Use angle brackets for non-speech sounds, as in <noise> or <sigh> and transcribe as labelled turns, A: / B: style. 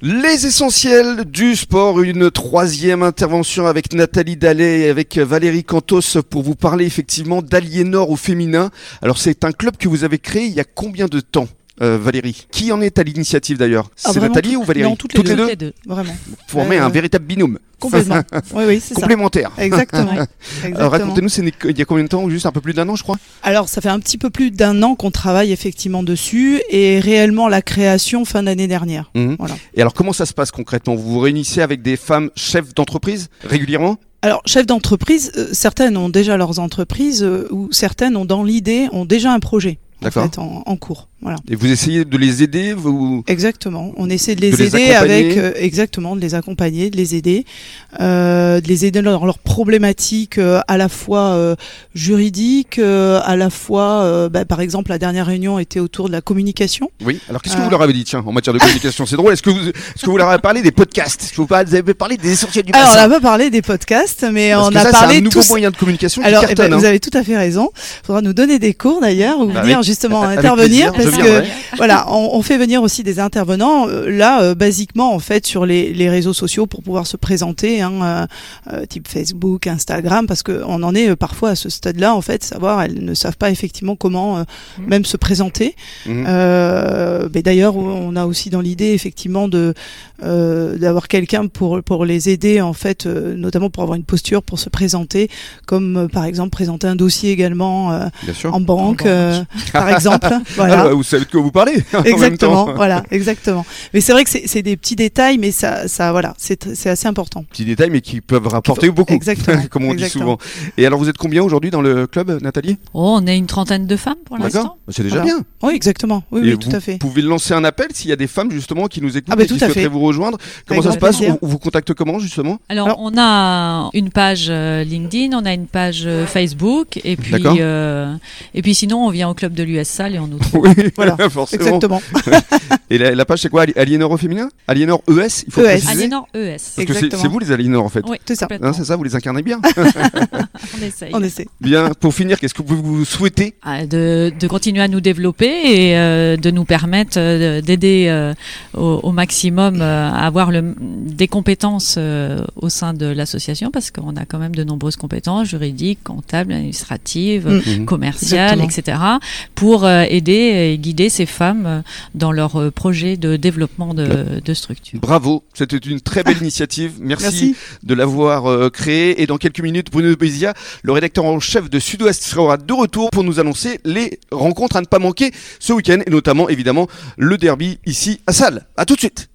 A: Les essentiels du sport, une troisième intervention avec Nathalie Dallet et avec Valérie Cantos pour vous parler effectivement d'Aliénor au féminin. Alors c'est un club que vous avez créé il y a combien de temps euh, Valérie. Qui en est à l'initiative d'ailleurs
B: Ah,
A: C'est
B: vraiment,
A: Nathalie
B: tout-
A: ou Valérie
B: non, toutes, les, deux. Vraiment.
A: Former
B: Euh,
A: un véritable binôme <laughs>
B: Complètement. oui, oui, c'est ça.
A: complémentaire. <laughs>
B: Exactement.
A: Euh,
B: Exactement.
A: Racontez-nous, c'est né- il y a combien de temps Juste un peu plus d'un an, je crois.
B: Alors, ça fait un petit peu plus d'un an qu'on travaille effectivement dessus et réellement la création fin d'année dernière.
A: Mhm.
B: Voilà.
A: Et alors, comment ça se passe concrètement Vous vous réunissez avec des femmes chefs d'entreprise régulièrement
B: Alors, chefs d'entreprise, euh, certaines ont déjà leurs entreprises euh, ou certaines ont dans l'idée ont déjà un projet en,
A: D'accord.
B: fait, en- en cours. Voilà.
A: Et vous essayez de les aider vous...
B: Exactement. On essaie de les
A: De les
B: aider
A: accompagner.
B: avec euh, exactement de les accompagner, de les aider, euh, de les aider dans leurs problématiques euh, à la fois euh, juridiques, euh, à la fois, euh, bah, par exemple, la dernière réunion était autour de la communication.
A: Oui. Alors, qu'est-ce que
B: Euh.
A: vous leur avez dit Tiens, en matière de communication, c'est drôle. Est-ce que, vous... est-ce que vous leur avez parlé des podcasts Est-ce que vous par- vous avez parlé des essentiels du
B: Alors, on
A: bassin
B: n'a pas parlé des podcasts, mais
A: bah, Parce
B: on
A: que
B: a
A: ça, c'est
B: parlé
A: un nouveau
B: tous.
A: moyen de communication
B: Alors,
A: qui
B: eh ben,
A: cartonne.
B: vous
A: hein.
B: avez tout à fait raison. Il faudra nous donner des cours d'ailleurs ou
A: Bah,
B: venir justement
A: avec plaisir,
B: intervenir
A: je
B: parce que
A: viendrai.
B: voilà, on, on fait venir aussi des intervenants euh, là, euh, basiquement en fait sur les, les réseaux sociaux pour pouvoir se présenter, hein, euh, euh, type Facebook, Instagram, parce que on en est euh, parfois à ce stade-là en fait, savoir elles ne savent pas effectivement comment euh, même se présenter.
A: Mhm.
B: Euh, mais d'ailleurs, on a aussi dans l'idée effectivement de euh, d'avoir quelqu'un pour pour les aider en fait, euh, notamment pour avoir une posture pour se présenter, comme euh, par exemple présenter un dossier également euh,
A: Bien sûr.
B: en banque,
C: banque.
B: euh, par exemple.
A: Ah,
B: voilà.
A: bah, vous savez de quoi vous parlez. <laughs> en même temps.
B: Exactement, voilà, exactement. Mais c'est vrai que c'est c'est des petits détails, mais ça, ça voilà, c'est c'est assez important.
A: Petits détails, mais qui peuvent rapporter beaucoup.
B: Exactement.
A: Oh, <laughs> Comme on dit
B: exactement.
A: souvent. Et alors, vous êtes combien aujourd'hui dans le club, Nathalie
C: Oh, on est une trentaine de femmes pour
A: D'accord. Bah,
C: l'instant.
A: C'est déjà
B: Voilà.
A: bien.
B: Oui, exactement. Oui,
A: Et
B: oui,
A: vous
B: tout à fait.
A: pouvez lancer un appel s'il y a des femmes justement qui nous écoutent
B: Ah bah,
A: et qui
B: tout à
A: souhaiteraient
B: fait.
A: vous rejoindre. Comment
B: Avec
A: ça se
B: grand
A: passe
B: plaisir.
A: on, on vous contacte comment justement
C: Alors,
B: Alors-
C: on a une page euh, LinkedIn, on a une page euh, Facebook, et puis
A: D'accord.
C: euh, et puis sinon on vient au club de l'US Salle et on nous trouve.
A: Oui,
B: Voilà,
A: <laughs> forcément.
B: Exactement.
A: Et la, la page c'est quoi Ali- Aliénor au féminin Aliénor ES, il faut
B: ES.
A: préciser.
C: Aliénor ES.
A: Parce que Ah, c'est-
B: Exactement.
A: c'est vous les Aliénor en fait.
C: Oui,
B: C'est
A: Hein,
B: ça.
C: <laughs> E complètement.
A: c'est ça, vous les incarnez bien. <laughs>
C: on essaye.
B: On essaie.
A: bien, pour finir, qu'est-ce que vous vous souhaitez
C: Ah, de, de continuer à nous développer et euh, de nous permettre euh, d'aider euh, au, au maximum euh, à avoir le, des compétences euh, au sein de l'association parce qu'on a quand même de nombreuses compétences juridiques, comptables, administratives, euh,
B: Mm.
C: commerciales, etc. pour euh, aider et guider ces femmes euh, dans leur euh, projet de développement de, de structure.
A: Bravo, c'était une très belle initiative. Merci,
B: Merci.
A: de l'avoir euh, créée. Et dans quelques minutes, Bruno Bézia, le rédacteur en chef de Sud-Ouest, sera de retour pour nous annoncer les rencontres à ne pas manquer ce week-end et notamment évidemment le derby ici à Salle. À tout de suite.